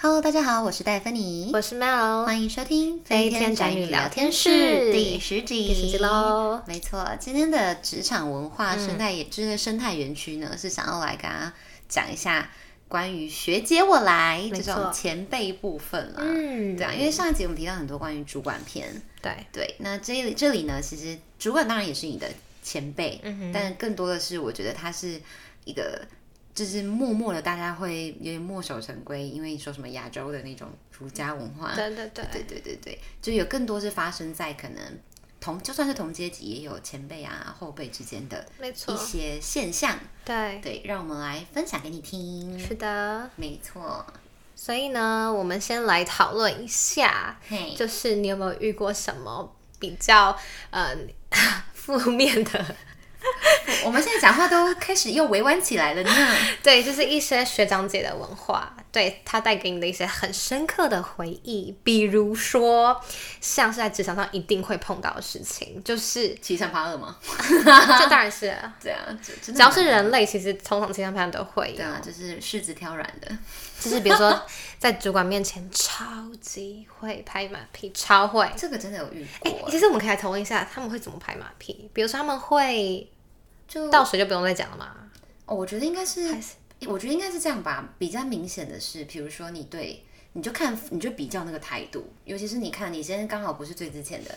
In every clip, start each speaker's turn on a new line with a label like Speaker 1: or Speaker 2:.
Speaker 1: Hello，大家好，我是戴芬妮，
Speaker 2: 我是 Mel，
Speaker 1: 欢迎收听《
Speaker 2: 飞天宅女聊天室
Speaker 1: 第十集，
Speaker 2: 第十集喽。
Speaker 1: 没错，今天的职场文化生
Speaker 2: 嗯
Speaker 1: 态也，就是生态园区呢，是想要来跟大家讲一下关于学姐我来这
Speaker 2: 没错
Speaker 1: 种前辈部分啦。
Speaker 2: 嗯
Speaker 1: 对啊，因为上一集我们提到很多关于主管篇，
Speaker 2: 对，
Speaker 1: 对，那这里这里呢，其实主管当然也是你的前辈，
Speaker 2: 嗯哼
Speaker 1: 但更多的是我觉得他是一个，就是默默的大家会有点墨守成规，因为你说什么亚洲的那种儒家文化，
Speaker 2: 对嗯对对，
Speaker 1: 对对对对，就有更多是发生在可能同就算是同阶级，也有前辈啊后辈之间的
Speaker 2: 没
Speaker 1: 一
Speaker 2: 错，
Speaker 1: 些现象，
Speaker 2: 对，嗯
Speaker 1: 对，让我们来分享给你听。
Speaker 2: 是的。
Speaker 1: 没错，
Speaker 2: 所以呢，我们先来讨论一下，
Speaker 1: 嘿，
Speaker 2: 就是你有没有遇过什么比较呃 负面的？
Speaker 1: 我们现在讲话都开始又委婉起来 了呢。
Speaker 2: 对，就是一些学长姐的文化，对他带给你的一些很深刻的回忆，比如说像是在职场上一定会碰到的事情， 就是
Speaker 1: 欺善怕恶吗？
Speaker 2: 这当然是啊、
Speaker 1: 对啊，这真的
Speaker 2: 只要
Speaker 1: 蛮
Speaker 2: 是人类，其实通常情商判都会
Speaker 1: 对
Speaker 2: 有，
Speaker 1: 啊，就是柿子挑软的，
Speaker 2: 就是比如说 在主管面前超级会拍马屁，超会。
Speaker 1: 这个真的有遇
Speaker 2: 哎、
Speaker 1: 过，
Speaker 2: 其实我们可以来讨论一下他们会怎么拍马屁，比如说他们会
Speaker 1: 就
Speaker 2: 倒水就不用再讲了嘛，
Speaker 1: 哦，我觉得应该是
Speaker 2: 还是，
Speaker 1: 我觉得应该是这样吧。比较明显的是，比如说你对，你就看，你就比较那个态度，尤其是你看，你现在刚好不是最之前的，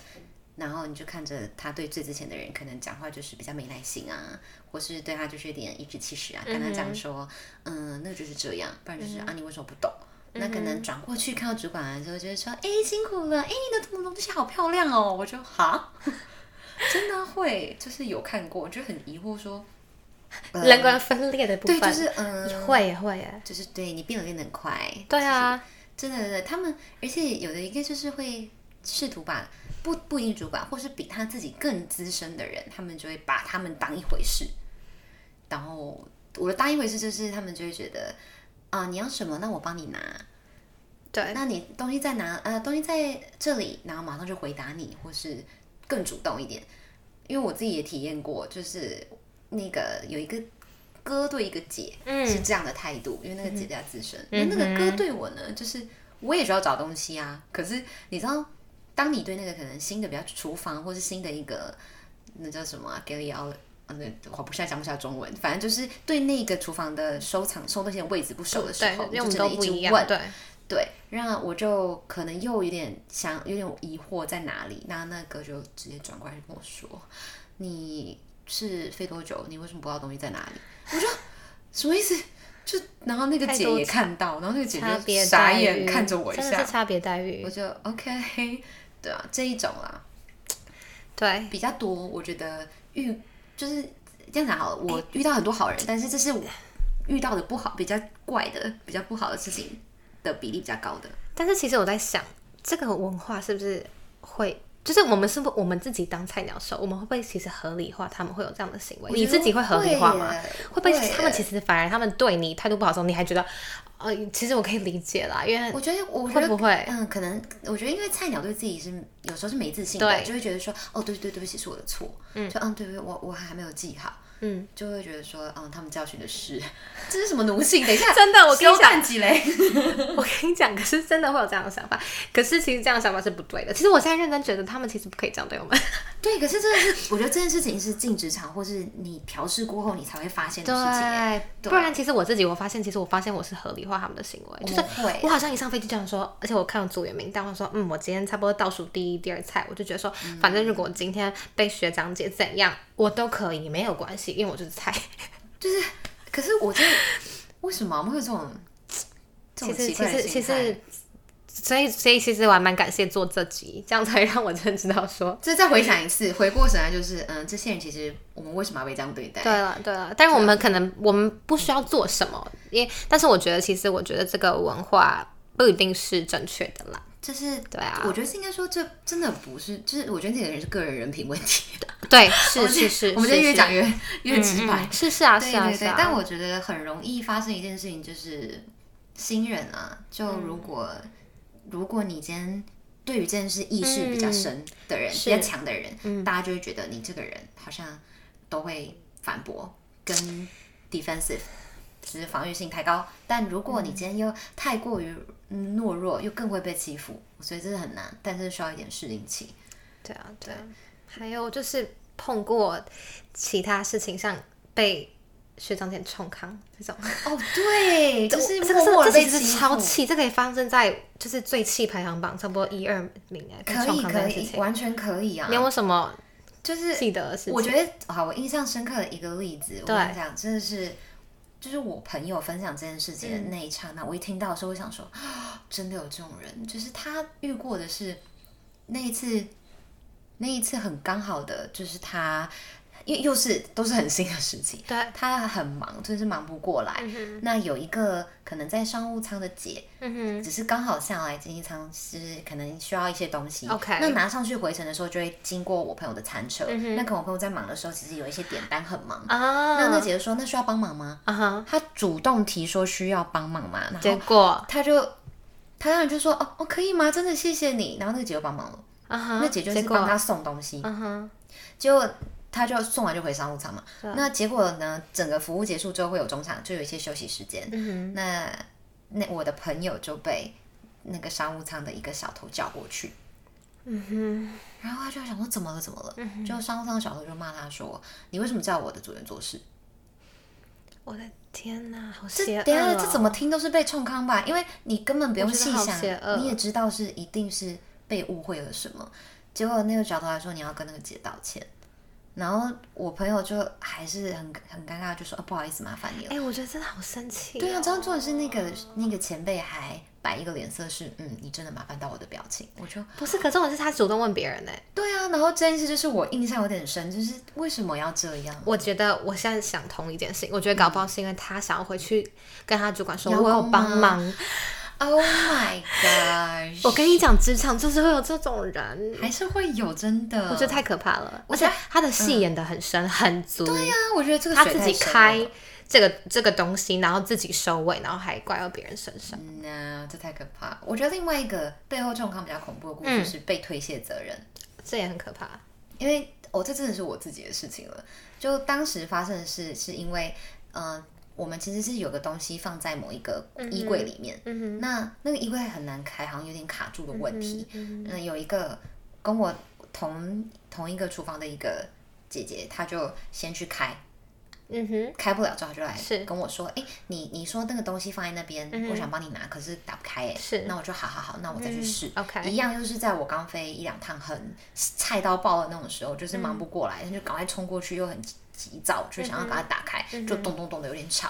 Speaker 1: 然后你就看着他对最之前的人，可能讲话就是比较没耐心啊，或是对他就是有点颐指气使啊，跟他讲说，嗯那个就是这样，不然就是、
Speaker 2: 嗯
Speaker 1: 啊，你为什么不懂？那可能转过去看到主管的时候，就会说：“哎、辛苦了，哎、你的什么东西好漂亮哦！”我就哈， 真的会，就是有看过，就很疑惑说，呃
Speaker 2: 人格分裂的部分，
Speaker 1: 对，就是嗯，
Speaker 2: 也会也会耶，
Speaker 1: 就是对你变得变得很快，
Speaker 2: 对啊，
Speaker 1: 真的，真的，他们而且有的应该就是会试图把不不一定主管，或是比他自己更资深的人，他们就会把他们当一回事。然后我的当一回事就是他们就会觉得啊、你要什么，那我帮你拿。
Speaker 2: 对，
Speaker 1: 那你东西在哪？呃，东西在这里，然后马上就回答你，或是更主动一点。因为我自己也体验过，就是那个有一个哥对一个姐、
Speaker 2: 嗯
Speaker 1: 是这样的态度，因为那个姐比较资深，那、那个哥对我呢，就是我也需要找东西啊。可是你知道，当你对那个可能新的比较厨房，或是新的一个那叫什么啊 g a l l y 嗯，那我不现在讲不下中文，反正就是对那个厨房的收藏收东西的位置不熟的时
Speaker 2: 对
Speaker 1: 候，，
Speaker 2: 因为
Speaker 1: 你
Speaker 2: 我们
Speaker 1: 就只
Speaker 2: 都
Speaker 1: 能
Speaker 2: 不一
Speaker 1: 一直
Speaker 2: 样
Speaker 1: 问，，
Speaker 2: 对，
Speaker 1: 对，那我就可能又有点想，有点疑惑在哪里。那那个就直接转过来跟我说：“你是飞多久？你为什么不知道东西在哪里？”我说：“什么意思？”就然后那个
Speaker 2: 太
Speaker 1: 姐
Speaker 2: 多
Speaker 1: 也看到，然后那个姐
Speaker 2: 差
Speaker 1: 就
Speaker 2: 别
Speaker 1: 傻
Speaker 2: 待
Speaker 1: 眼
Speaker 2: 遇，
Speaker 1: 看着我一
Speaker 2: 真的
Speaker 1: 下
Speaker 2: 是，差别待遇
Speaker 1: 我，就 OK，对啊，这一种啦
Speaker 2: 对，
Speaker 1: 比较多。我觉得遇就是这样讲好了，我遇到很多好人，但是这是我遇到的不好、比较怪的、比较不好的事情的比例比较高的。
Speaker 2: 但是其实我在想，这个文化是不是会，就是我们是不是我们自己当菜鸟的时候，我们会不会其实合理化他们会有这样的行为？
Speaker 1: 我
Speaker 2: 你
Speaker 1: 觉得
Speaker 2: 自己会合理化吗
Speaker 1: 会耶？
Speaker 2: 会不会
Speaker 1: 会耶
Speaker 2: 他们其实反而他们对你态度不好的时候，你还觉得，呃，其实我可以理解啦，因为
Speaker 1: 我觉得我觉
Speaker 2: 会
Speaker 1: 得
Speaker 2: 不会
Speaker 1: 嗯，可能我觉得因为菜鸟对自己是有时候是没自信的，
Speaker 2: 对
Speaker 1: 就会觉得说哦，对对对不起，是我的错，嗯，就嗯，对对，我我还没有记好，
Speaker 2: 嗯，
Speaker 1: 就会觉得说嗯，他们教训的是 这是什么奴性？等一 下，
Speaker 2: 真的我跟你
Speaker 1: 修蛋几雷，
Speaker 2: 我跟你讲，可是真的会有这样的想法，可是其实这样的想法是不对的。其实我现在认真觉得他们其实不可以这样对我们，
Speaker 1: 对，可是真的是，我觉得这件事情是进职场或是你调试过后你才会发现的事情欸，对
Speaker 2: 不然其实我自己我发现，其实我发现我是合理化他们的行为，就是
Speaker 1: 会
Speaker 2: 我好像一上飞机就想说，而且我看到组员名单，我说嗯，我今天差不多倒数第一、第二菜，我就觉得说，
Speaker 1: 嗯
Speaker 2: 反正如果今天被学长姐怎样，我都可以，没有关系，因为我就是菜。
Speaker 1: 哦就是，可是我真的为什么啊我们会有这种这种
Speaker 2: 其实
Speaker 1: 奇
Speaker 2: 其
Speaker 1: 怪的
Speaker 2: 实其
Speaker 1: 心态
Speaker 2: 实？，所以所以其实我还蛮感谢做这集，这样才让我真的知道说。
Speaker 1: 这再回想一次，回过神来就是，嗯，这些人其实我们为什么要被这样对待？
Speaker 2: 对了，对了，但是我们可能我们不需要做什么，因为但是我觉得其实我觉得这个文化不一定是正确的啦。
Speaker 1: 就是
Speaker 2: 对啊
Speaker 1: 我觉得是应该说这真的不是，就是我觉得这个人是个人人品问题。
Speaker 2: 对，是是 是，
Speaker 1: 我们就越
Speaker 2: 是
Speaker 1: 讲越越直白。
Speaker 2: 嗯是是啊
Speaker 1: 对
Speaker 2: 是啊
Speaker 1: 对
Speaker 2: 是
Speaker 1: 对
Speaker 2: 啊，，
Speaker 1: 但我觉得很容易发生一件事情，就是新人啊，就如
Speaker 2: 嗯
Speaker 1: 果、如果你今天对于这件事意识比
Speaker 2: 嗯
Speaker 1: 较深的人、比较强的人，大家就会觉得你这个人好像都会反驳跟
Speaker 2: 嗯
Speaker 1: defensive，就是防御性太高。但如果你今天又太过于嗯懦弱，又更会被欺负，所以这是很难，但是需要一点适应期。
Speaker 2: 对啊，对啊。还有就是碰过其他事情，像被学长姐冲康这种，
Speaker 1: 哦， 对，就是
Speaker 2: 哎这个
Speaker 1: 默默
Speaker 2: 是
Speaker 1: 地被
Speaker 2: 这其
Speaker 1: 欺
Speaker 2: 实
Speaker 1: 负
Speaker 2: 超气，这可以发生在就是最气排行榜，差不多一二名哎，被
Speaker 1: 可
Speaker 2: 冲
Speaker 1: 以
Speaker 2: 康这
Speaker 1: 可
Speaker 2: 件事
Speaker 1: 以，
Speaker 2: 情。
Speaker 1: 完全可以啊
Speaker 2: 你。有没有什么
Speaker 1: 就是
Speaker 2: 记得的事情？
Speaker 1: 我觉得好，我印象深刻的一个例子，我
Speaker 2: 对
Speaker 1: 跟你讲，真的是，就是我朋友分享这件事情的
Speaker 2: 嗯
Speaker 1: 那一刹那，我一听到的时候，我想说， 啊真的有这种人，就是他遇过的是那一次，那一次很刚好的，就是他。因为又是都是很新的事情，
Speaker 2: 对，
Speaker 1: 他很忙，真是忙不过来。那有一个可能在商务舱的姐，
Speaker 2: 嗯
Speaker 1: 只是刚好下来经济舱是可能需要一些东西
Speaker 2: OK 嗯
Speaker 1: 那拿上去回程的时候就会经过我朋友的餐车，那可能我朋友在忙的时候，其实有一些点单很忙。
Speaker 2: 哼，啊，
Speaker 1: 那那姐姐说：“那需要帮忙吗
Speaker 2: 啊哈，？”
Speaker 1: 她主动提说需要帮忙嘛，然
Speaker 2: 结
Speaker 1: 后
Speaker 2: 果
Speaker 1: 她就她当然就说：“哦哦，可以吗？真的谢谢你。”然后那个姐就帮忙了，
Speaker 2: 啊哈，
Speaker 1: 那姐就是
Speaker 2: 结
Speaker 1: 帮
Speaker 2: 果
Speaker 1: 她送东西，
Speaker 2: 嗯哼，
Speaker 1: 结果他就送完就回商务舱嘛。那结果呢，整个服务结束之后会有中场，就有一些休息时间。嗯、那那我的朋友就被那个商务舱的一个小偷叫过去。嗯哼，嗯然后他就想说怎么了怎么了？就商务舱的小偷就骂他说：“你为什么叫我的组员做事？”
Speaker 2: 我的天哪，好
Speaker 1: 这
Speaker 2: 邪恶、哦！
Speaker 1: 等一下啊这怎么听都是被冲康吧，因为你根本不用细
Speaker 2: 我觉得
Speaker 1: 想
Speaker 2: 好邪恶，
Speaker 1: 你也知道是一定是被误会了什么。结果那个角头来说，你要跟那个姐道歉，然后我朋友就还是很很尴尬，就说、啊不好意思，麻烦你了。
Speaker 2: 哎、我觉得真的好生气、哦
Speaker 1: 对啊，这样做的是那个那个前辈还摆一个脸色是嗯，你真的麻烦到我的表情。我就
Speaker 2: 不是，可重点是他主动问别人呢、欸
Speaker 1: 对啊，然后这件事就是我印象有点深，就是为什么要这样？
Speaker 2: 我觉得我现在想通一件事情，我觉得搞不好是因为他想要回去跟他主管说，
Speaker 1: 邀功
Speaker 2: 我有帮
Speaker 1: 吗
Speaker 2: 忙。
Speaker 1: Oh my god！
Speaker 2: 我跟你讲，职场就是会有这种人，
Speaker 1: 还是会有真的，
Speaker 2: 我觉得太可怕了。而
Speaker 1: 觉
Speaker 2: 且
Speaker 1: 得
Speaker 2: 他的戏演的很深、很足，
Speaker 1: 对啊，我觉得这个
Speaker 2: 他
Speaker 1: 水
Speaker 2: 自
Speaker 1: 太
Speaker 2: 己
Speaker 1: 深了
Speaker 2: 开这个这个东西，然后自己收尾，然后还怪到别人身上。
Speaker 1: 嗯呐，这太可怕。我觉得另外一个背后这种看比较恐怖的故事
Speaker 2: 嗯
Speaker 1: 是被推卸责任，
Speaker 2: 这也很可怕。
Speaker 1: 因为哦，这真的是我自己的事情了。就当时发生的事，是因为呃，我们其实是有个东西放在某一个衣柜里面，
Speaker 2: 嗯哼，
Speaker 1: 那那个衣柜很难开，好像有点卡住的问题。
Speaker 2: 嗯
Speaker 1: 嗯，有一个跟我同同一个厨房的一个姐姐，她就先去开，
Speaker 2: 嗯哼，
Speaker 1: 开不了之后，他就来
Speaker 2: 是嗯
Speaker 1: 跟我说：“哎、你你说那个东西放在那边，我想帮你拿，可是打不开、哎，
Speaker 2: 是
Speaker 1: 那我就好好好，那我再去
Speaker 2: 嗯
Speaker 1: 试。
Speaker 2: OK
Speaker 1: 一样又是在我刚飞一两趟很菜到爆的那种时候，就是忙不过
Speaker 2: 嗯
Speaker 1: 来，就赶快冲过去，又很急躁，就想要把它打开，
Speaker 2: 嗯
Speaker 1: 就咚咚咚的有点吵。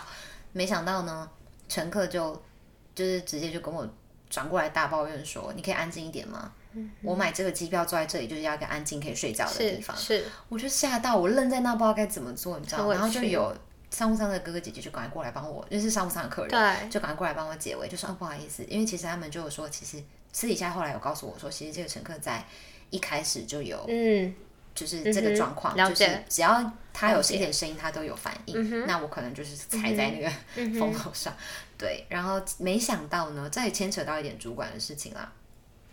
Speaker 1: 没想到呢，乘客就就是直接就跟我转过来大抱怨说：你可以安静一点吗？我买这个机票坐在这里就是要一个安静可以睡觉的地
Speaker 2: 嗯是
Speaker 1: 方。”
Speaker 2: 是，
Speaker 1: 我就吓到，我愣在那，不知道该怎么做，你知道
Speaker 2: 很
Speaker 1: 吗？
Speaker 2: 委
Speaker 1: 然后就
Speaker 2: 屈
Speaker 1: 有商务舱的哥哥姐姐就赶快过来帮我，就是商务舱的客
Speaker 2: 对
Speaker 1: 人，就赶快过来帮我解围，就说、哦、不好意思，因为其实他们就有说，其实私底下后来有告诉我说，其实这个乘客在一开始就有
Speaker 2: 嗯，
Speaker 1: 就是这个状况，
Speaker 2: 了
Speaker 1: 就是
Speaker 2: 解嗯
Speaker 1: 只要他有一点声音，他都有反应。那我可能就是踩在那个风口上，对。然后没想到呢，这也牵扯到一点主管的事情啦。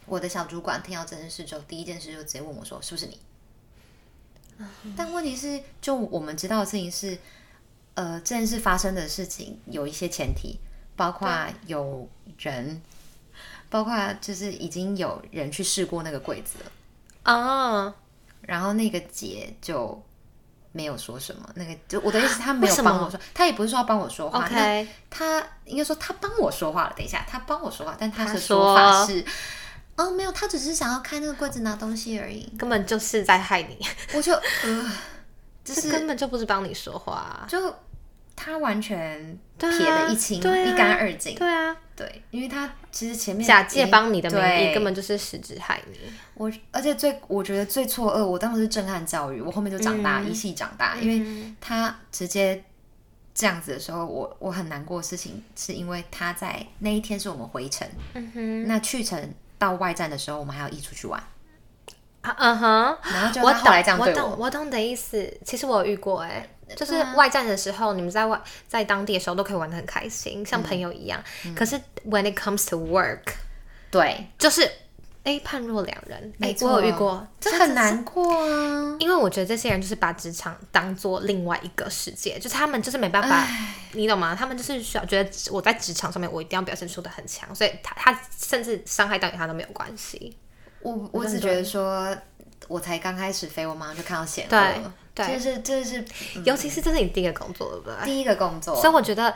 Speaker 1: 我的小主管听到这件事之后，第一件事就直接问我说：“是不是你？”
Speaker 2: 嗯
Speaker 1: 但问题是，就我们知道的事情是，呃，这件事发生的事情有一些前提，包括有人，包括就是已经有人去试过那个柜子了。
Speaker 2: 哦，
Speaker 1: 然后那个姐就没有说什么，那个就我的意思，她没
Speaker 2: 为
Speaker 1: 有
Speaker 2: 什么
Speaker 1: 帮我说，她也不是说要帮我说话
Speaker 2: OK
Speaker 1: 那她应该说她帮我说话了。等一下，她帮我说话，但她
Speaker 2: 她
Speaker 1: 的
Speaker 2: 说
Speaker 1: 说法是。哦，没有，她只是想要开那个柜子拿东西而已。
Speaker 2: 根本就是在害你，
Speaker 1: 我就呃，就
Speaker 2: 这
Speaker 1: 是
Speaker 2: 根本就不是帮你说话啊、
Speaker 1: 就她完全
Speaker 2: 对啊
Speaker 1: 撇得一清、
Speaker 2: 对啊
Speaker 1: 一干二净。
Speaker 2: 对啊，
Speaker 1: 对，因为她其实前面
Speaker 2: 假
Speaker 1: 已
Speaker 2: 借
Speaker 1: 经
Speaker 2: 帮你的名义，
Speaker 1: 对
Speaker 2: 根本就是实质害你。
Speaker 1: 我而且最我觉得最错愕，我当时是震撼教育，我后面就长
Speaker 2: 嗯
Speaker 1: 大，一系长大，因为他直接这样子的时候，我我很难过的事情，是因为他在那一天是我们回程，
Speaker 2: 嗯哼，
Speaker 1: 那去程到外站的时候，我们还要一出去玩，
Speaker 2: 啊嗯哼，
Speaker 1: 然后就
Speaker 2: 我
Speaker 1: 他后来这样
Speaker 2: 懂，
Speaker 1: 对
Speaker 2: 懂，
Speaker 1: 我，
Speaker 2: 我懂你的意思。其实我有遇过、欸，哎，就是
Speaker 1: 对啊
Speaker 2: 外站的时候，你们在外在当地的时候都可以玩的很开
Speaker 1: 嗯
Speaker 2: 心，像朋友一样。可是 when it comes to work，
Speaker 1: 对
Speaker 2: 就是哎、哎判若两人，
Speaker 1: 没
Speaker 2: 哎
Speaker 1: 错
Speaker 2: 我有遇过，
Speaker 1: 这
Speaker 2: 真的
Speaker 1: 很
Speaker 2: 是
Speaker 1: 难过啊。
Speaker 2: 因为我觉得这些人就是把职场当做另外一个世界，就是他们就是没办法，你懂吗？他们就是需要觉得我在职场上面我一定要表现出的很强，所以他他甚至伤害到你他都没有关系。
Speaker 1: 我我只觉得说，我才刚开始飞，我马上就看到险恶
Speaker 2: 对
Speaker 1: 了。
Speaker 2: 对哎
Speaker 1: 这是这是
Speaker 2: 尤其是这是你第一个工作，对不对？
Speaker 1: 第一个工作。
Speaker 2: 所以我觉得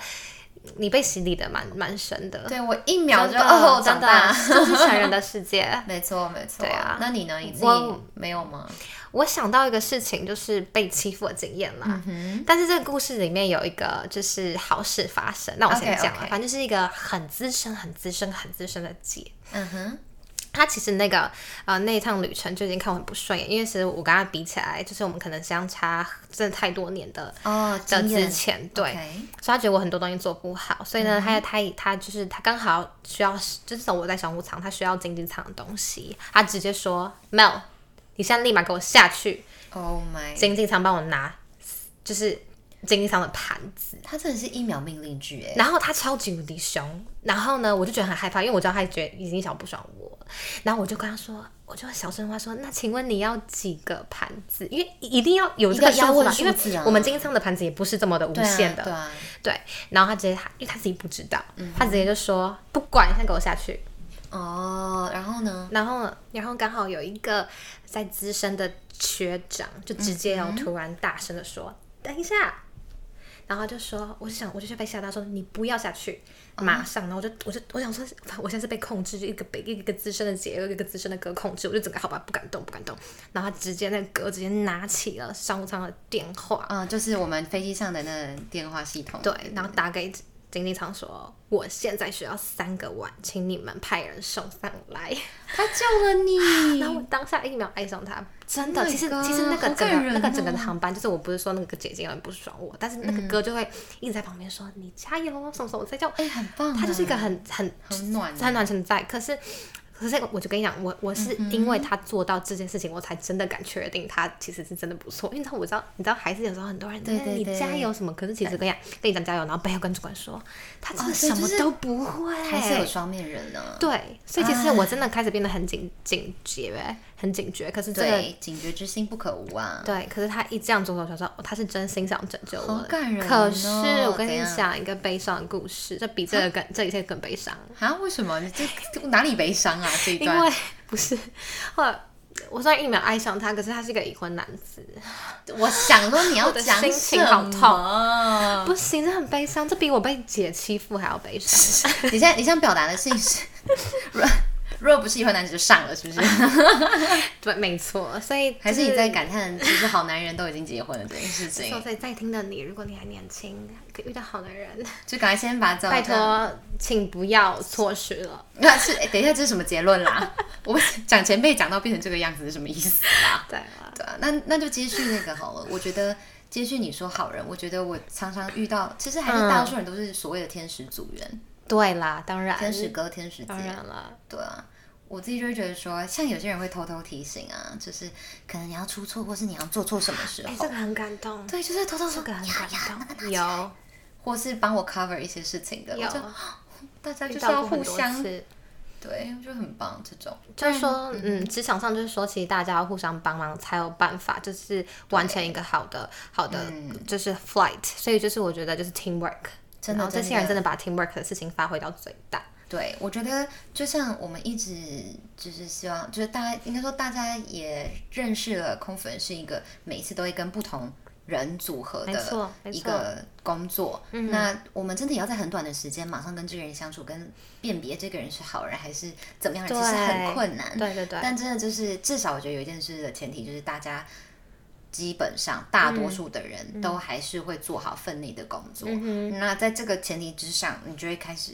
Speaker 2: 你被洗礼的蛮蛮深的，
Speaker 1: 对我一秒
Speaker 2: 真
Speaker 1: 就
Speaker 2: 的
Speaker 1: 哦，长
Speaker 2: 真的
Speaker 1: 大。
Speaker 2: 这是成人的世界。
Speaker 1: 没错，没错。
Speaker 2: 对啊
Speaker 1: 那你呢？你自己
Speaker 2: 我
Speaker 1: 没有吗？
Speaker 2: 我想到一个事情，就是被欺负的经验啦。
Speaker 1: 嗯
Speaker 2: 但是这个故事里面有一个就是好事发生，那我先
Speaker 1: OK，OK
Speaker 2: 讲了反正就是一个很资深、很资深、很资深的姐，
Speaker 1: 哼，嗯哼，
Speaker 2: 她其实那个呃那一趟旅程就已经看我很不顺眼，因为其实我跟她比起来，就是我们可能相差真的太多年的
Speaker 1: 哦，
Speaker 2: 的
Speaker 1: 经
Speaker 2: 之
Speaker 1: 验
Speaker 2: 前，对
Speaker 1: OK
Speaker 2: 所以她觉得我很多东西做不好，所以
Speaker 1: 嗯
Speaker 2: 呢，她她她就是她刚好需要，就是我在商务舱，她需要经济舱的东西，她直接说 Mel，你现在立马给我下去，
Speaker 1: Oh my，
Speaker 2: 经济舱帮我拿，就是经济舱的盘子。
Speaker 1: 他真的是一秒命令句哎。
Speaker 2: 然后他超级无敌凶，然后呢，我就觉得很害怕，因为我知道他觉得已经想不爽我了，然后我就跟他说，我就小声话说，那请问你要几个盘子？因为一定要有这个
Speaker 1: 一定要
Speaker 2: 要求嘛
Speaker 1: 问，数
Speaker 2: 因为
Speaker 1: 字啊
Speaker 2: 我们经商的盘子也不是这么的无
Speaker 1: 对啊
Speaker 2: 限的，
Speaker 1: 对啊，
Speaker 2: 对然后他直接，因为他自己不知道，他直接就说不管，先给我下去。
Speaker 1: 哦，然后呢？
Speaker 2: 然后，然后刚好有一个在资深的学长，就直接然后突然大声的说：“等一下！”然后就说：“我就想，我就是被吓到，说你不要下去，马上！”然后我就，我就，我想说，我现在是被控制，就一个被一个资深的姐，又一个资深的哥控制，我就整个好吧，不敢动，不敢动。然后他直接那个哥直接拿起了商务舱的电话，
Speaker 1: 嗯，就是我们飞机上的那个电话系统。
Speaker 2: 对，然后打给经理舱说：“我现在需要三个碗，请你们派人送上 来。”
Speaker 1: 他救了 你。
Speaker 2: 然后我当下一秒爱上他，嗯真的。
Speaker 1: Oh my
Speaker 2: 其实
Speaker 1: God，
Speaker 2: 其实那个
Speaker 1: 好
Speaker 2: 整个、
Speaker 1: 感人
Speaker 2: 那个
Speaker 1: 哦
Speaker 2: 整个的航班，就是我不是说那个姐姐有点不爽我，但是那个哥就会一直在旁边说、你加油哦，什么什么在叫，
Speaker 1: 哎，很棒啊。
Speaker 2: 他就是一个很很
Speaker 1: 很暖
Speaker 2: 很暖存在。可是可是我就跟你讲，我我
Speaker 1: 嗯
Speaker 2: 是因为他做到这件事情，我才真的敢确定他其实是真的不错。因为他我知道你知道还是有时候很多人
Speaker 1: 对对
Speaker 2: 哎
Speaker 1: 对
Speaker 2: 你加油什么，可是其实跟你讲跟你讲加油，然后背后跟主管说他真
Speaker 1: 哦
Speaker 2: 的
Speaker 1: 所以
Speaker 2: 什么
Speaker 1: 就是
Speaker 2: 都不会，
Speaker 1: 还是有啊双面人呢。
Speaker 2: 对，所以其实我真的开始变得很警警觉，很警觉。可是这个
Speaker 1: 对，警觉之心不可无啊。
Speaker 2: 对，可是他一这样做，我就说、哦、他是真心想拯救我的。
Speaker 1: 好感人
Speaker 2: 可
Speaker 1: 哦
Speaker 2: 是我跟
Speaker 1: 怎
Speaker 2: 你
Speaker 1: 样
Speaker 2: 讲一个悲伤的故事，这比这个更这一切更悲伤，
Speaker 1: 啊？为什么？你这这哪里悲伤啊？这一
Speaker 2: 因
Speaker 1: 段
Speaker 2: 为不是后来。我虽然一秒爱上他，可是他是一个已婚男子，
Speaker 1: 我想说你要
Speaker 2: 我的
Speaker 1: 讲
Speaker 2: 心
Speaker 1: 什
Speaker 2: 情
Speaker 1: 么？
Speaker 2: 好痛
Speaker 1: 嗯
Speaker 2: 不行，这很悲伤，这比我被姐欺负还要悲伤。
Speaker 1: 你现在你想表达的是 是，若若不是已婚男子就上了，是不是？
Speaker 2: 对，没错，所以、就是、
Speaker 1: 还是你在感叹，其实好男人都已经结婚了这件事
Speaker 2: 没错
Speaker 1: 情？
Speaker 2: 所以在听的你，如果你还年轻，可以遇到好男人，
Speaker 1: 就赶快先把早
Speaker 2: 拜，托，请不要错失了。
Speaker 1: 那是、哎等一下这是什么结论啦？我讲前辈讲到变成这个样子是什么意思啦？
Speaker 2: 对啊，
Speaker 1: 对啊，那那就接续那个好了。我觉得接续你说好人，我觉得我常常遇到，其实还是大多数人都是所谓的天使组员，
Speaker 2: 对啦，当然，
Speaker 1: 天使哥、天使姐
Speaker 2: 嗯当，然啦，
Speaker 1: 对啊，我自己就会觉得说，像有些人会偷偷提醒啊，就是可能你要出错，或是你要做错什么时
Speaker 2: 哎、
Speaker 1: 候，
Speaker 2: 这个很感动，
Speaker 1: 对，就是偷偷
Speaker 2: 这
Speaker 1: 说
Speaker 2: 个很
Speaker 1: 呀呀
Speaker 2: 感动，有
Speaker 1: 或是帮我 cover 一些事情的，我就
Speaker 2: 有，
Speaker 1: 大家就
Speaker 2: 遇
Speaker 1: 是
Speaker 2: 到
Speaker 1: 要
Speaker 2: 过很
Speaker 1: 互
Speaker 2: 多
Speaker 1: 相，
Speaker 2: 次
Speaker 1: 对，就很棒这种。
Speaker 2: 就是说，嗯，职场上就是说，其实大家要互相帮忙才有办法，就是完成一个好的好的、就是 flight，所以就是我觉得就是 teamwork，
Speaker 1: 真的
Speaker 2: 然后这
Speaker 1: 真
Speaker 2: 些人
Speaker 1: 的
Speaker 2: 真的把 teamwork 的事情发挥到最大，
Speaker 1: 对，我觉得就像我们一直就是希望，就是大家应该说大家也认识了空粉是一个每一次都会跟不同人组合
Speaker 2: 没错
Speaker 1: 的
Speaker 2: 没
Speaker 1: 一
Speaker 2: 错嗯
Speaker 1: 个工作。那我们真的也要在很短的时间马上跟这个人相处，跟辨别这个人是好人还是怎么样人，其实很
Speaker 2: 对
Speaker 1: 困难。
Speaker 2: 对对对，
Speaker 1: 但真的就是，至少我觉得有一件事的前提就是，大家基本上大
Speaker 2: 嗯
Speaker 1: 多数的人都还是会做好分内的工作。那在这个前提之上，你就会开始，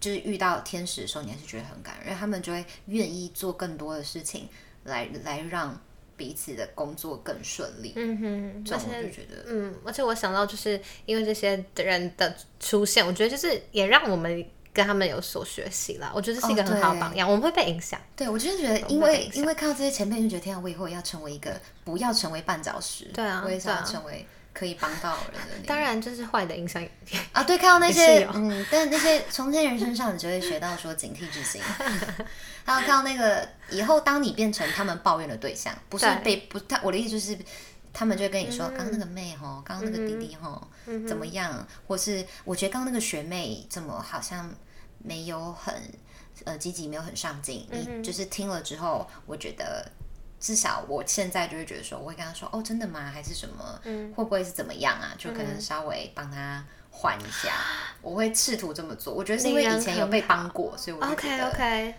Speaker 1: 就是遇到天使的时候，你还是觉得很感人，因为他们就会愿意做更多的事情来来让彼此的工作更顺利。
Speaker 2: 嗯哼，
Speaker 1: 这
Speaker 2: 而
Speaker 1: 种我就
Speaker 2: 且
Speaker 1: 觉得，
Speaker 2: 嗯，而且我想到，就是因为这些人的出现，我觉得就是也让我们跟他们有所学习啦。我觉得这是一个
Speaker 1: 哦
Speaker 2: 很好的
Speaker 1: 对
Speaker 2: 榜样，我们会被影响。
Speaker 1: 对我就是觉得，因
Speaker 2: 我们
Speaker 1: 为
Speaker 2: 哦等一下
Speaker 1: 因为看到这些前辈，就觉得天啊，我以后也要成为一个，不要成为绊脚石。
Speaker 2: 对啊
Speaker 1: 我也想
Speaker 2: 对
Speaker 1: 要
Speaker 2: 啊
Speaker 1: 成为。可以帮到人的 那种。
Speaker 2: 当然，就是坏的影响也
Speaker 1: 啊，对，看到那
Speaker 2: 也
Speaker 1: 些
Speaker 2: 是有
Speaker 1: 嗯，但那些从那些人身上，你就会学到说警惕之 心。还有看到那个以后，当你变成他们抱怨的对象，不是
Speaker 2: 对
Speaker 1: 被不，他我的意思就是，他们就会跟你说，刚刚那个
Speaker 2: 嗯
Speaker 1: 妹吼，刚刚那个弟弟吼，怎么样？或是我觉得刚刚那个学妹怎么好像没有很呃积极，没有很上进。
Speaker 2: 嗯
Speaker 1: 你就是听了之后，我觉得。至少我现在就会觉得说，我会跟他说，哦，真的吗？还是什么？
Speaker 2: 嗯
Speaker 1: 会不会是怎么样啊？就可能稍微帮他缓一下，我会试图这么做。我觉得是因为
Speaker 2: 你人
Speaker 1: 以前有
Speaker 2: 很
Speaker 1: 被
Speaker 2: 好
Speaker 1: 帮过，所以我就觉
Speaker 2: OK
Speaker 1: 得
Speaker 2: OK，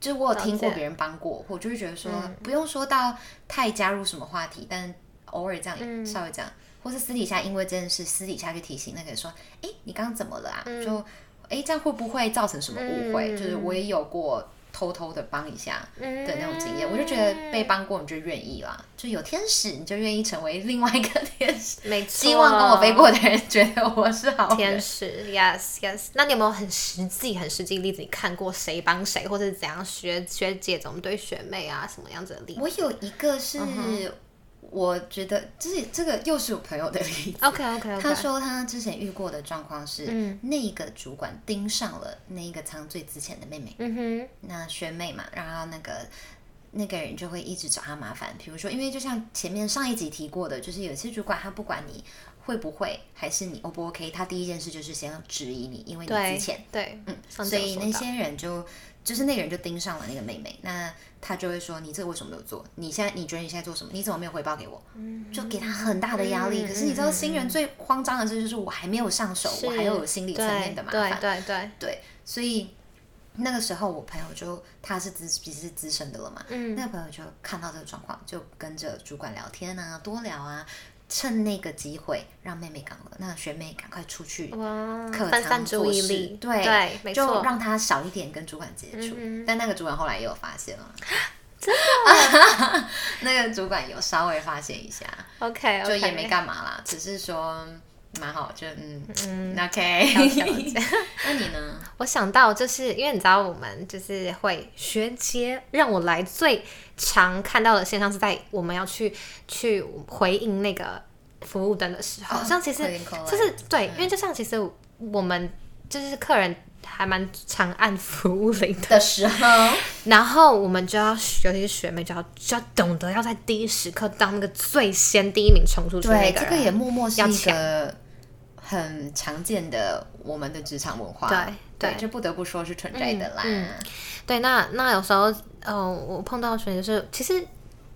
Speaker 1: 就是我有听过
Speaker 2: 了解
Speaker 1: 别人帮过，我就会觉得说，
Speaker 2: 嗯
Speaker 1: 不用说到太加入什么话题，但偶尔这样、
Speaker 2: 嗯
Speaker 1: 稍微这样，或是私底下因为这件事私底下去提醒那个人说，哎、你刚刚怎么了啊？就哎、诶这样会不会造成什么误会？
Speaker 2: 嗯
Speaker 1: 就是我也有过偷偷的帮一下
Speaker 2: 嗯
Speaker 1: 的那种经验，我就觉得被帮过你就愿意啦，就有天使你就愿意成为另外一个天使。
Speaker 2: 没错。
Speaker 1: 希望跟我飞过的人觉得我是好
Speaker 2: 天
Speaker 1: 人。
Speaker 2: 使，yes yes。那你有没有很实际、很实际例子？你看过谁帮谁，或者是怎样学学姐怎么对学妹啊，什么样子的例子
Speaker 1: 我有一个是，
Speaker 2: 嗯
Speaker 1: 我觉得这是这个又是我朋友的例子。
Speaker 2: ？OK OK
Speaker 1: 他
Speaker 2: OK，
Speaker 1: 说他之前遇过的状况是，那个主管盯上了那一个仓最之前的妹妹，
Speaker 2: 嗯哼，
Speaker 1: 那学妹嘛，然后那个那个人就会一直找他麻烦。比如说，因为就像前面上一集提过的，就是有些主管他不管你会不会，还是你 O 不 OK，他第一件事就是先要质疑你，因为你
Speaker 2: 对
Speaker 1: 之前
Speaker 2: 对，嗯，上次
Speaker 1: 所
Speaker 2: 有
Speaker 1: 以
Speaker 2: 说
Speaker 1: 那
Speaker 2: 到
Speaker 1: 些人就就是那个人就盯上了那个妹妹，那他就会说你这个为什么没有做？你现在你觉得你现在做什么？你怎么没有回报给我？就给他很大的压力。
Speaker 2: 嗯
Speaker 1: 可是你知道新人最慌张的事就是我还没有上手，我还要有心理层面的麻
Speaker 2: 对
Speaker 1: 烦。
Speaker 2: 对对
Speaker 1: 对，所以那个时候我朋友就他是资其实是资深的了嘛，嗯，那个朋友就看到这个状况，就跟着主管聊天啊，多聊啊，趁那个机会让妹妹赶快，那个学妹赶快出去
Speaker 2: 对，哇，
Speaker 1: 可
Speaker 2: 分
Speaker 1: 藏
Speaker 2: 散注
Speaker 1: 做
Speaker 2: 意
Speaker 1: 事
Speaker 2: 力，
Speaker 1: 对
Speaker 2: 对，没
Speaker 1: 就
Speaker 2: 错，嗯
Speaker 1: 让他少一点跟主管接触。但那个主管后来也有发现 了，真的， 那个主管有稍微发现一下，
Speaker 2: OK，
Speaker 1: 就也没干嘛啦，只是说蛮好，就嗯嗯
Speaker 2: 了解了
Speaker 1: ，OK
Speaker 2: 解。
Speaker 1: 那你 呢？
Speaker 2: 我想到就是因为你知道我们就是会学姐让我来最常看到的现象是在我们要去去回应那个服务灯的时候，
Speaker 1: 哦
Speaker 2: 像其实
Speaker 1: 回应 call
Speaker 2: 就是对，
Speaker 1: 嗯
Speaker 2: 因为就像其实我们就是客人还蛮常按服务铃 的，
Speaker 1: 的时 候，
Speaker 2: 然后我们就要尤其是学妹就要就要懂得要在第一时刻当那个最先第一名冲出去的那
Speaker 1: 对，
Speaker 2: 个
Speaker 1: 这
Speaker 2: 人，
Speaker 1: 个也默默是
Speaker 2: 要
Speaker 1: 一个很常见的我们的职场文化，
Speaker 2: 对
Speaker 1: 对，
Speaker 2: 对嗯
Speaker 1: 就不得不说是存在的啦。
Speaker 2: 对，那那有时候，呃，我碰到的学姐就是，其实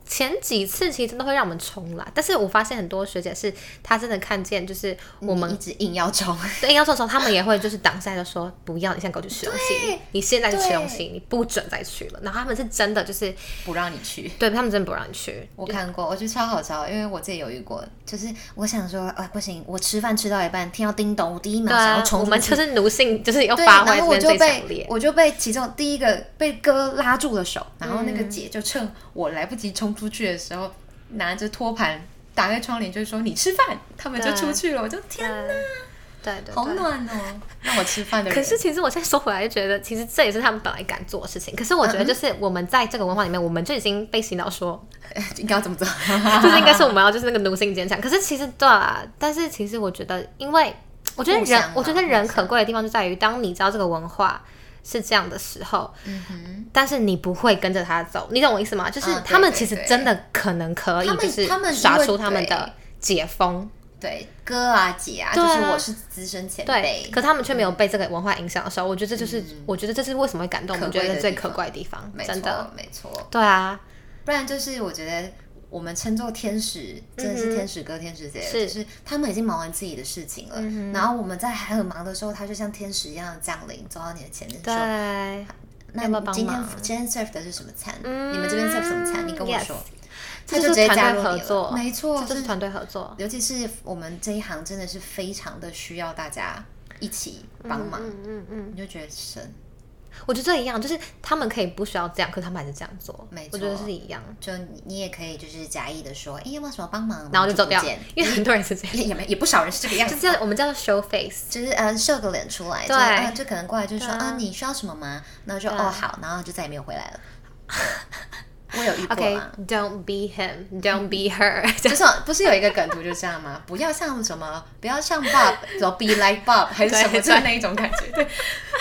Speaker 2: 前几次其实都会让我们冲啦，但是我发现很多学姐是她真的看见，就是我
Speaker 1: 你
Speaker 2: 们
Speaker 1: 一直硬要冲，
Speaker 2: 对要冲的时候，她们也会就是挡下来就说不要，你现在给我去吃东西
Speaker 1: 对，
Speaker 2: 你现在去吃
Speaker 1: 对
Speaker 2: 东西，你不准再去了。然后他们是真的就是，
Speaker 1: 不让你去。
Speaker 2: 对他们真的不让你去，
Speaker 1: 我看过，我觉得超好笑，因为我自己有遇过，就是我想说，啊，不行，我吃饭吃到一半，听到叮咚，我第一秒
Speaker 2: 对
Speaker 1: 想
Speaker 2: 啊
Speaker 1: 要，冲
Speaker 2: 我
Speaker 1: 出
Speaker 2: 们
Speaker 1: 去
Speaker 2: 就是奴性，就是要
Speaker 1: 对，
Speaker 2: 发挥
Speaker 1: 然后我
Speaker 2: 这边
Speaker 1: 就
Speaker 2: 最
Speaker 1: 被
Speaker 2: 强烈。
Speaker 1: 我就被其中第一个被哥拉住了手，然后那
Speaker 2: 嗯
Speaker 1: 个姐就趁我来不及冲出去的时候，拿着托盘打开窗帘，就说你吃饭，他们就
Speaker 2: 对啊
Speaker 1: 出去了，我就天，
Speaker 2: 嗯对对对，
Speaker 1: 好暖 哦，让我吃饭的
Speaker 2: 可
Speaker 1: 人，
Speaker 2: 是其实我现在说回来，就觉得其实这也是他们本来敢做的事情。可是我觉
Speaker 1: 嗯
Speaker 2: 得，就是我们在这个文化里面，我们就已经被洗脑 说，
Speaker 1: 应该要怎么做？
Speaker 2: 就是应该是我们要就是那个奴性坚强。可是其实对啊，但是其实我觉得，因为我觉得
Speaker 1: 互相
Speaker 2: 人
Speaker 1: 啦，
Speaker 2: 我觉得人可贵的地方就在于，当你知道这个文化。是这样的时候，
Speaker 1: 嗯
Speaker 2: 但是你不会跟着他走，你懂我意思吗？就是
Speaker 1: 啊对
Speaker 2: 他们
Speaker 1: 对
Speaker 2: 其实
Speaker 1: 对
Speaker 2: 真的可能可以，
Speaker 1: 他们
Speaker 2: 就是
Speaker 1: 他们因为
Speaker 2: 耍出他们
Speaker 1: 对
Speaker 2: 的解封，
Speaker 1: 对，哥啊姐啊，
Speaker 2: 对
Speaker 1: 就
Speaker 2: 啊
Speaker 1: 是我是资深前
Speaker 2: 对
Speaker 1: 辈，，
Speaker 2: 可他们却没有被这个文化影响的时候，我觉得这就是，我觉得这是为什么会感动我
Speaker 1: 嗯可
Speaker 2: 们
Speaker 1: 贵
Speaker 2: 觉
Speaker 1: 的
Speaker 2: 得最
Speaker 1: 地
Speaker 2: 可
Speaker 1: 方
Speaker 2: 贵的地方
Speaker 1: 没，
Speaker 2: 真的，
Speaker 1: 错没错，
Speaker 2: 对啊，
Speaker 1: 不然就是我觉得我们称作天使，真的是天使哥、天使姐，
Speaker 2: 嗯是嗯
Speaker 1: 就是他们已经忙完自己的事情了，然后我们在还很忙的时候，他就像天使一样降临，走到你的前面
Speaker 2: 对啊
Speaker 1: 说，，那
Speaker 2: 要不要帮
Speaker 1: 今天
Speaker 2: 忙
Speaker 1: 今天 serve 的是什么餐？
Speaker 2: 嗯
Speaker 1: 你们这边 serve 什么餐？你跟我
Speaker 2: yes
Speaker 1: 说，他
Speaker 2: 这就
Speaker 1: 直
Speaker 2: 是
Speaker 1: 接加入
Speaker 2: 团队合
Speaker 1: 你了，
Speaker 2: 作，
Speaker 1: 没错，
Speaker 2: 这就是
Speaker 1: 是
Speaker 2: 团队合作，
Speaker 1: 尤其是我们这一行真的是非常的需要大家一起帮忙，
Speaker 2: 嗯嗯嗯，
Speaker 1: 你就觉得神，
Speaker 2: 我觉得这一样，就是他们可以不需要这样，可他们还是这样做，
Speaker 1: 没
Speaker 2: 我觉得
Speaker 1: 错
Speaker 2: 是一样，
Speaker 1: 就你你也可以就是假意的说，哎、要不要什么帮忙？
Speaker 2: 然后就
Speaker 1: 就
Speaker 2: 走
Speaker 1: 不
Speaker 2: 掉
Speaker 1: 见，
Speaker 2: 因为很多人是这样，
Speaker 1: 也也没也不少人是这个样
Speaker 2: 就
Speaker 1: 子，
Speaker 2: 这样，我们叫做 show face，
Speaker 1: 就是呃秀个脸出来，
Speaker 2: 对
Speaker 1: 就啊就可能过来就说
Speaker 2: 对啊
Speaker 1: 啊你需要什么吗？然后就
Speaker 2: 对
Speaker 1: 哦好，然后就再也没有回来了。我有遇过啊。
Speaker 2: OK，don't、be him，don't be her，这
Speaker 1: 不
Speaker 2: 样
Speaker 1: 是不是有一个梗图就这样吗？不要像什么，不要像 Bob，然后 be like Bob 还是
Speaker 2: 对
Speaker 1: 什么，
Speaker 2: 对
Speaker 1: 就是那一种感觉。对，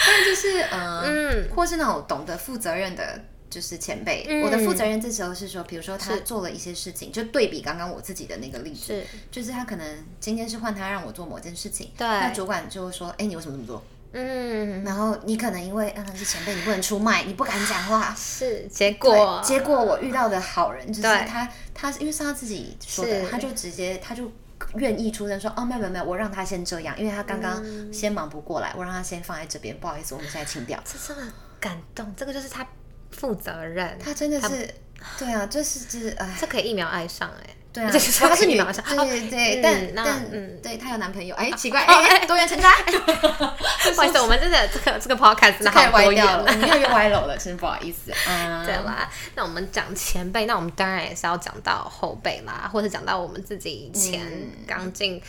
Speaker 1: 但就是呃，嗯，或是那种懂得负责任的，就是前辈。
Speaker 2: 嗯
Speaker 1: 我的负责任这时候是说，比如说他做了一些事情，就对比刚刚我自己的那个例子，
Speaker 2: 是
Speaker 1: 就是他可能今天是换他让我做某件事情，
Speaker 2: 对
Speaker 1: 那主管就会说，哎，你为什么这么做？
Speaker 2: 嗯
Speaker 1: 然后你可能因为嗯是前辈，你不能出卖，你不敢讲话，
Speaker 2: 是结
Speaker 1: 对
Speaker 2: 果，
Speaker 1: 结果我遇到的好人就是
Speaker 2: 对
Speaker 1: 他，他因为是他自己说的，
Speaker 2: 是
Speaker 1: 他就直接他就愿意出声说，哦，没有没有没有，我让他先这样，因为他刚刚
Speaker 2: 嗯
Speaker 1: 先忙不过来，我让他先放在这边，不好意思，我们现在清掉。
Speaker 2: 这真的很感动，这个就是他负责任，
Speaker 1: 他真的是，对啊，就是就是哎。
Speaker 2: 这可以一秒爱上哎、
Speaker 1: 对啊，
Speaker 2: 这就是
Speaker 1: 她是女，
Speaker 2: 一秒上
Speaker 1: 对对对，
Speaker 2: 嗯
Speaker 1: 但
Speaker 2: 那
Speaker 1: 但
Speaker 2: 嗯
Speaker 1: 对，她有男朋友，哎，奇怪，
Speaker 2: 哦
Speaker 1: 哎，哎多元成家，
Speaker 2: 不好 意思，我们真的这个这个 podcast 真的
Speaker 1: 太
Speaker 2: 好
Speaker 1: 歪
Speaker 2: 多元
Speaker 1: 掉了，我
Speaker 2: 了。
Speaker 1: 们越来越歪楼了，真不好意思，嗯，
Speaker 2: 对啦，那我们讲前辈，那我们当然也是要讲到后辈啦，或者讲到我们自己以前刚进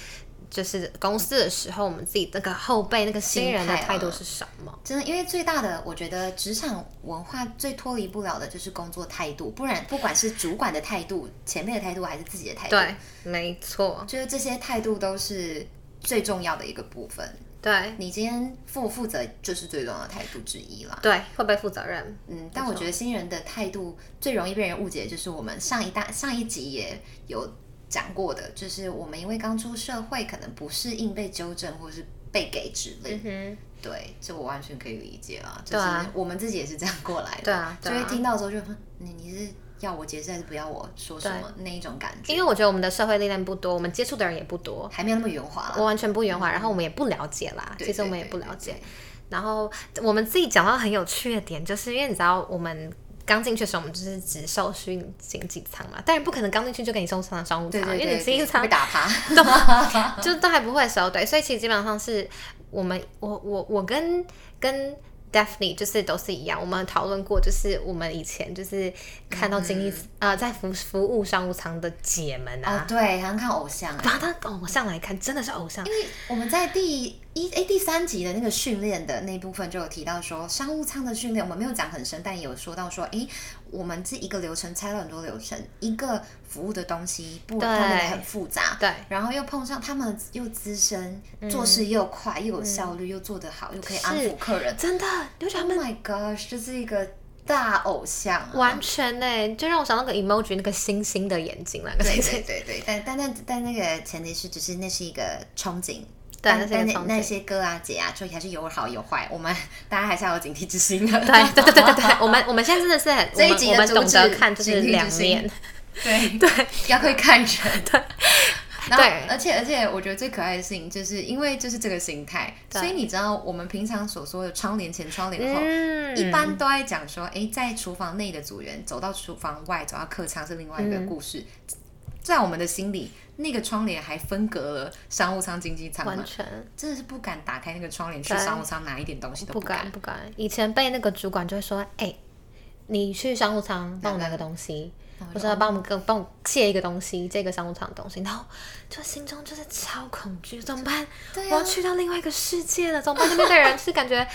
Speaker 2: 就是公司的时候，我们自己那个后辈那个新人
Speaker 1: 心
Speaker 2: 的
Speaker 1: 态啊
Speaker 2: 态度哎是什么？
Speaker 1: 真的，因为最大的，我觉得职场文化最脱离不了的就是工作态度，不然不管是主管的态度、前辈的态度，还是自己的态度，
Speaker 2: 对，没错，
Speaker 1: 就是这些态度都是最重要的一个部分。
Speaker 2: 对
Speaker 1: 你今天负不负责就是最重要的态度之一啦。
Speaker 2: 对，会不会负责任？
Speaker 1: 嗯，但我觉得新人的态度最容易被人误解，就是我们上一大上一集也有讲过的，就是我们因为刚出社会，可能不适应被纠正或是被给指令，
Speaker 2: 嗯哼，
Speaker 1: 对，这我完全可以理解啦，就
Speaker 2: 对
Speaker 1: 是
Speaker 2: 啊
Speaker 1: 我们自己也是这样过来的，
Speaker 2: 对啊
Speaker 1: 就
Speaker 2: 对啊
Speaker 1: 会听到之后就哼你你是要我解释还是不要我说什么那一种感觉，
Speaker 2: 因为我觉得我们的社会历练不多，我们接触的人也不多，
Speaker 1: 还没有那么圆滑
Speaker 2: 我
Speaker 1: 啦。
Speaker 2: 完全不圆滑，然后我们也不了解啦，
Speaker 1: 啊嗯对
Speaker 2: 其实我们
Speaker 1: 对
Speaker 2: 也不
Speaker 1: 对
Speaker 2: 了
Speaker 1: 对
Speaker 2: 解
Speaker 1: 对。
Speaker 2: 然后我们自己讲到很有趣的点，就是因为你知道我们。刚进去的时候，我们就是只受训经济舱嘛，当然不可能刚进去就给你送上商务舱
Speaker 1: 对，对
Speaker 2: 啊因
Speaker 1: 对，
Speaker 2: 为你经济
Speaker 1: 对
Speaker 2: 舱
Speaker 1: 被打 趴，
Speaker 2: 就都还不会熟，对，所以其实基本上是我们，我我我跟跟 Daphne 就是都是一样，我们讨论过，就是我们以前就是看到经济、呃在服服务商务舱的姐们
Speaker 1: 哦
Speaker 2: 啊，，
Speaker 1: 对，好像看偶 像、欸，
Speaker 2: 把他偶像来看，真的是偶像
Speaker 1: 因，为我们在第一哎第三集的那个训练的那一部分就有提到说商务舱的训练，我们没有讲很深，但也有说到说，哎，我们这一个流程拆了很多流程，一个服务的东西不，
Speaker 2: 对
Speaker 1: 他们也很复杂，
Speaker 2: 对
Speaker 1: 然后又碰上他们又资深，做事又快，又有效率，又做得好，又可以安
Speaker 2: 嗯是
Speaker 1: 抚客人。
Speaker 2: 真的，你就觉得
Speaker 1: Oh
Speaker 2: 他们
Speaker 1: my gosh，这是一个大偶像、啊。
Speaker 2: 完全呢、就让我想到那个 emoji 那个星星的眼睛那个
Speaker 1: 对
Speaker 2: 星
Speaker 1: 对
Speaker 2: 星，
Speaker 1: 对对，但但但但那个前提是，只是那是一个憧憬。
Speaker 2: 对
Speaker 1: 但
Speaker 2: 啊那是一个
Speaker 1: 但
Speaker 2: 憧憬
Speaker 1: 那些哥啊姐啊，就还是有好有坏，我们 大家还是要有警惕之心啊的。
Speaker 2: 对对对对对对，我们我们现在真的是很，
Speaker 1: 这一
Speaker 2: 我们
Speaker 1: 集
Speaker 2: 我
Speaker 1: 的
Speaker 2: 们
Speaker 1: 主
Speaker 2: 懂得
Speaker 1: 旨
Speaker 2: 看就是
Speaker 1: 警惕之
Speaker 2: 两
Speaker 1: 心
Speaker 2: 面，
Speaker 1: 对对， 要会看人。 对。然后
Speaker 2: 对，
Speaker 1: 而且而且，我觉得最可爱的事情，就是因为就是这个心态，
Speaker 2: 对
Speaker 1: 所以你知道我们平常所说的窗帘前、窗帘后，
Speaker 2: 嗯
Speaker 1: 一般都在讲说，诶，在厨房内的组员走到厨房外，走到客舱是另外一个故事。在我们的心里，那个窗帘还分隔了商务舱、经济舱
Speaker 2: 完
Speaker 1: 嘛，
Speaker 2: 全
Speaker 1: 真的是不敢打开那个窗帘去
Speaker 2: 对
Speaker 1: 商务舱拿一点东西都
Speaker 2: 不敢不敢，以前被那个主管就会说，哎、你去商务舱帮我拿个东西，或者嗯帮我们跟帮我借一个东西，借一个商务舱的东西，然后就心中就是超恐惧，怎么办？
Speaker 1: 对啊
Speaker 2: 我要去到另外一个世界了，怎么办？那边的人是感觉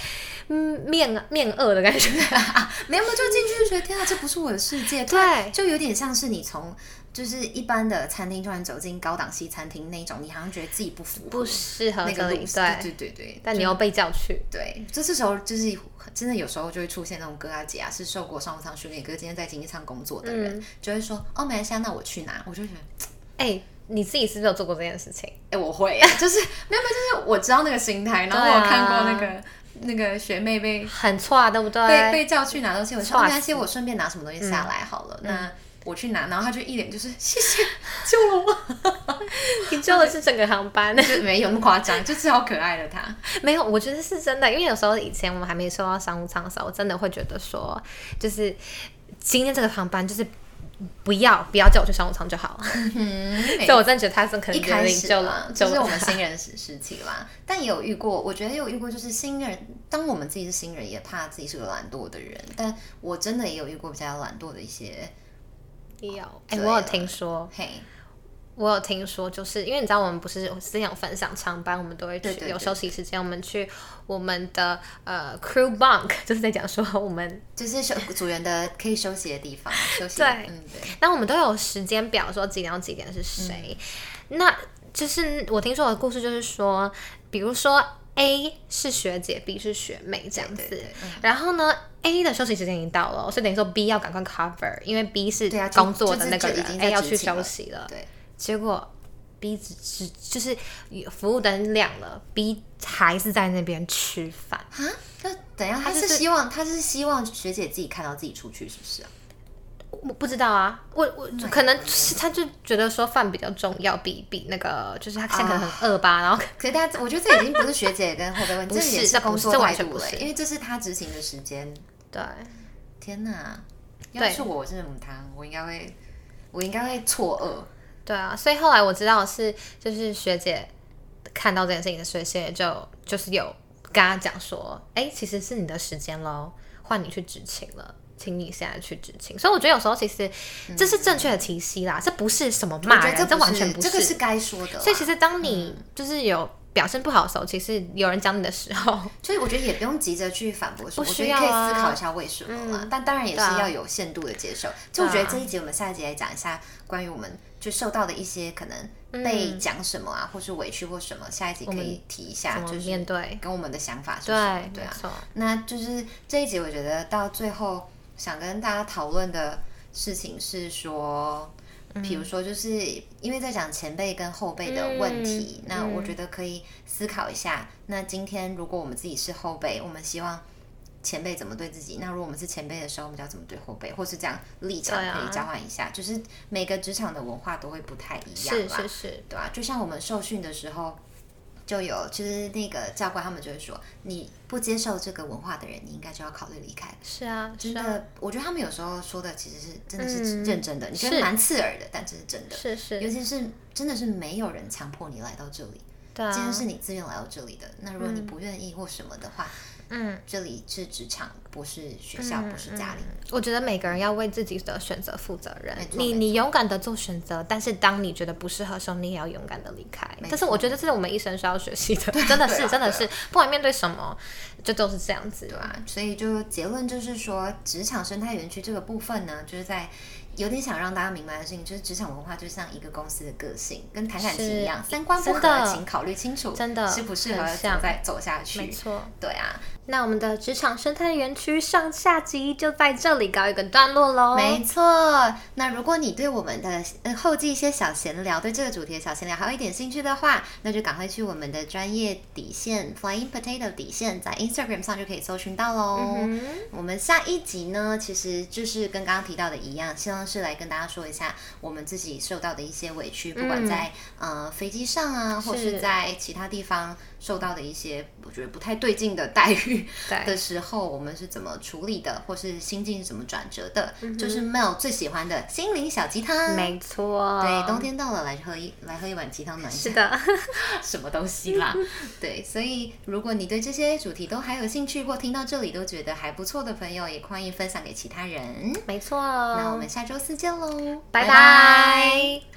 Speaker 2: 嗯面面恶的感 觉，
Speaker 1: 啊没有，没有就进去就觉得天啊，这不是我的世界。 突然就有点像是你从就是一般的餐厅突然走进高档西餐厅那一种，你好像觉得自己不符合
Speaker 2: 不适合
Speaker 1: 那
Speaker 2: 这
Speaker 1: 个
Speaker 2: 里，
Speaker 1: 路线。
Speaker 2: 对，
Speaker 1: 对对对
Speaker 2: 但你又被叫去，
Speaker 1: 对，就这时候就是真的有时候就会出现那种哥啊姐啊，是受过商务舱训练，可是今天在经济舱工作的人，就会说哦，马来西亚，那我去哪？我就觉得。
Speaker 2: 哎、你自己是不是有做过这件事情？
Speaker 1: 哎、 我会，就是没有没有，就是我知道那个心态，然后我有看过那个、那个学妹被
Speaker 2: 很错啊，对不对？
Speaker 1: 被被叫去拿东西，我说哦
Speaker 2: 哇
Speaker 1: 没关系，我顺便拿什么东西下来好了。那我去拿，然后他就一脸就是谢谢救了我，
Speaker 2: 你救的是整个航 班。
Speaker 1: 就没有那么夸张，就是好可爱的他。
Speaker 2: 没有，我觉得是真的，因为有时候以前我们还没收到商务舱的时候，我真的会觉得说，就是今天这个航班就是不要不要叫我去商务舱就好了。
Speaker 1: 嗯
Speaker 2: 所以我真的觉得他是可
Speaker 1: 一
Speaker 2: 能觉得
Speaker 1: 开
Speaker 2: 你
Speaker 1: 始
Speaker 2: 救
Speaker 1: 啦
Speaker 2: 了，
Speaker 1: 就
Speaker 2: 救
Speaker 1: 是
Speaker 2: 了
Speaker 1: 我 们
Speaker 2: 他
Speaker 1: 新人时时期啦，但也有遇过，我觉得也有遇过，就是新人，当我们自己是新人，也怕自己是个懒惰的人，但我真的也有遇过比较懒惰的一些，
Speaker 2: 有。哎、
Speaker 1: 对
Speaker 2: 我有
Speaker 1: 啦
Speaker 2: 听说，
Speaker 1: 嘿，
Speaker 2: 我有听说，就是因为你知道，我们不是我之前有分享长班，我们都会去
Speaker 1: 对对对
Speaker 2: 有休息时间，我们去我们的呃 crew bunk，就是在讲说我们
Speaker 1: 就是休组员的可以休息的地方，休息的
Speaker 2: 对
Speaker 1: 嗯对，
Speaker 2: 那我们都有时间表，说几点到几点是谁。那就是我听说的故事，就是说，比如说 A 是学姐，B 是学妹这样子。
Speaker 1: 对对对嗯
Speaker 2: 然后呢，A 的休息时间已经到了哦，所以等于说 B 要赶快 cover，因为 B 是
Speaker 1: 对啊就
Speaker 2: 工作的那个
Speaker 1: 就
Speaker 2: 人、
Speaker 1: 就已经在
Speaker 2: a 要
Speaker 1: 执
Speaker 2: 去
Speaker 1: 勤
Speaker 2: 休
Speaker 1: 了
Speaker 2: 息了。
Speaker 1: 对，
Speaker 2: 结果 B 只只就是服务灯亮了，B 还是在那边吃饭。
Speaker 1: 啊，那等一下，他
Speaker 2: 就是
Speaker 1: 希望他是希望学姐自己看到自己出去，是不是啊？
Speaker 2: 我不知道啊，我我
Speaker 1: 哎
Speaker 2: 可能是他就觉得说饭比较重要，比比那个就是他现在可能很饿
Speaker 1: 啊
Speaker 2: 吧，然后可
Speaker 1: 可是大家，我觉得这已经不是学姐跟后辈问题，
Speaker 2: 不
Speaker 1: 这也
Speaker 2: 是
Speaker 1: 是
Speaker 2: 这不
Speaker 1: 工
Speaker 2: 是
Speaker 1: 作
Speaker 2: 这完
Speaker 1: 态
Speaker 2: 全
Speaker 1: 度
Speaker 2: 不
Speaker 1: 了，
Speaker 2: 是
Speaker 1: 因为这是他执行的时间。
Speaker 2: 对，
Speaker 1: 天哪，要
Speaker 2: 对
Speaker 1: 是我，我真的母汤，我应该会，我应该会错愕。
Speaker 2: 对啊，所以后来我知道是就是学姐看到这件事情的时候，学姐就就是有跟他讲说，哎，其实是你的时间喽，换你去执勤了。请你现在去执勤，所以我觉得有时候其实这是正确的提息啦，这不是什么
Speaker 1: 嗯我
Speaker 2: 骂
Speaker 1: 觉
Speaker 2: 人，
Speaker 1: 得这
Speaker 2: 完全
Speaker 1: 不
Speaker 2: 是，
Speaker 1: 这个是啊该说的啦。
Speaker 2: 所以其实当你就是有表现不好的时候，其实有人讲你的时候，
Speaker 1: 所以我觉得也不用急着去反驳什么，
Speaker 2: 不
Speaker 1: 我觉
Speaker 2: 需
Speaker 1: 得
Speaker 2: 要
Speaker 1: 可以
Speaker 2: 啊
Speaker 1: 思考一下为什么啦。但当然也是
Speaker 2: 对啊
Speaker 1: 要有限度的接受。就我觉得这一集我们下一集来讲一下关于我们就受到的一些可能被讲什么啊，或是委屈或什么，下一集可以提一下，
Speaker 2: 怎么
Speaker 1: 就是
Speaker 2: 面对
Speaker 1: 跟我们的想法是什么
Speaker 2: 对，。
Speaker 1: 对啊
Speaker 2: 没，错，
Speaker 1: 那就是这一集，我觉得到最后想跟大家讨论的事情是说，比如说，就是因为在讲前辈跟后辈的问题，
Speaker 2: 嗯嗯
Speaker 1: 那我觉得可以思考一下。那今天如果我们自己是后辈，我们希望。前辈怎么对自己？那如果我们是前辈的时候，我们就要怎么对后辈，或是这样立场
Speaker 2: 对啊
Speaker 1: 可以交换一下。就是每个职场的文化都会不太一样
Speaker 2: 是
Speaker 1: 啦。
Speaker 2: 是是，
Speaker 1: 对啊，就像我们受训的时候，就有就是那个教官他们就会说，你不接受这个文化的人，你应该就要考虑离开了。
Speaker 2: 是啊，
Speaker 1: 真
Speaker 2: 是啊，
Speaker 1: 的，我觉得他们有时候说的其实是真的是
Speaker 2: 嗯
Speaker 1: 认真的，你觉得
Speaker 2: 是
Speaker 1: 蛮刺耳的，但这是真的。
Speaker 2: 是
Speaker 1: 尤
Speaker 2: 是，
Speaker 1: 其是真的是没有人强迫你来到这里，
Speaker 2: 对
Speaker 1: 今天
Speaker 2: 啊，
Speaker 1: 是你自愿来到这里的。那如果你不愿意或什么的话，
Speaker 2: 嗯，
Speaker 1: 这里是职场，不是学校，不是家里。
Speaker 2: 我觉得每个人要为自己的选择负责任
Speaker 1: 没。错
Speaker 2: 你
Speaker 1: 没
Speaker 2: 你勇敢的做选择，但是当你觉得不适合的时候，你也要勇敢的离开。但是我觉得这是我们一生需要学习 的，真的
Speaker 1: 对啊
Speaker 2: 是真的
Speaker 1: 对啊
Speaker 2: 是，不管面对什么，就都是这样子。
Speaker 1: 对啊，所以就结论就是说，职场生态园区这个部分呢，就是在有点想让大家明白的事情，就是职场文化就像一个公司的个性，跟谈感情一样，
Speaker 2: 是
Speaker 1: 三观不合
Speaker 2: 真的
Speaker 1: 请考虑清楚，
Speaker 2: 真的
Speaker 1: 适不适合
Speaker 2: 很
Speaker 1: 走
Speaker 2: 像
Speaker 1: 在走下
Speaker 2: 没
Speaker 1: 去。
Speaker 2: 错。
Speaker 1: 对啊，
Speaker 2: 那我们的职场生态园区上下集就在这里告一个段落喽。
Speaker 1: 没错。那如果你对我们的呃后记一些小闲聊，对这个主题的小闲聊还有一点兴趣的话，那就赶快去我们的专业底线 Flying Potato 底线，在 Instagram 上就可以搜寻到喽。
Speaker 2: 嗯哼
Speaker 1: 我们下一集呢，其实就是跟刚刚提到的一样，希望是来跟大家说一下我们自己受到的一些委屈，不管在、呃飞机上啊，或是
Speaker 2: 嗯是
Speaker 1: 在其他地方受到的一些我觉得不太对劲的待 遇
Speaker 2: 对
Speaker 1: 的时候，我们是怎么处理的，或是心境是怎么转折的，就是 Mel 最喜欢的心灵小鸡汤。
Speaker 2: 嗯没错，
Speaker 1: 对，冬天到了，来喝一来喝一碗鸡汤暖一下
Speaker 2: 是。的，
Speaker 1: 什么东西啦。 对，所以如果你对这些主题都还有兴趣，或听到这里都觉得还不错的朋友，也欢迎分享给其他人。
Speaker 2: 没错。
Speaker 1: 那我们下周四见喽，
Speaker 2: 拜拜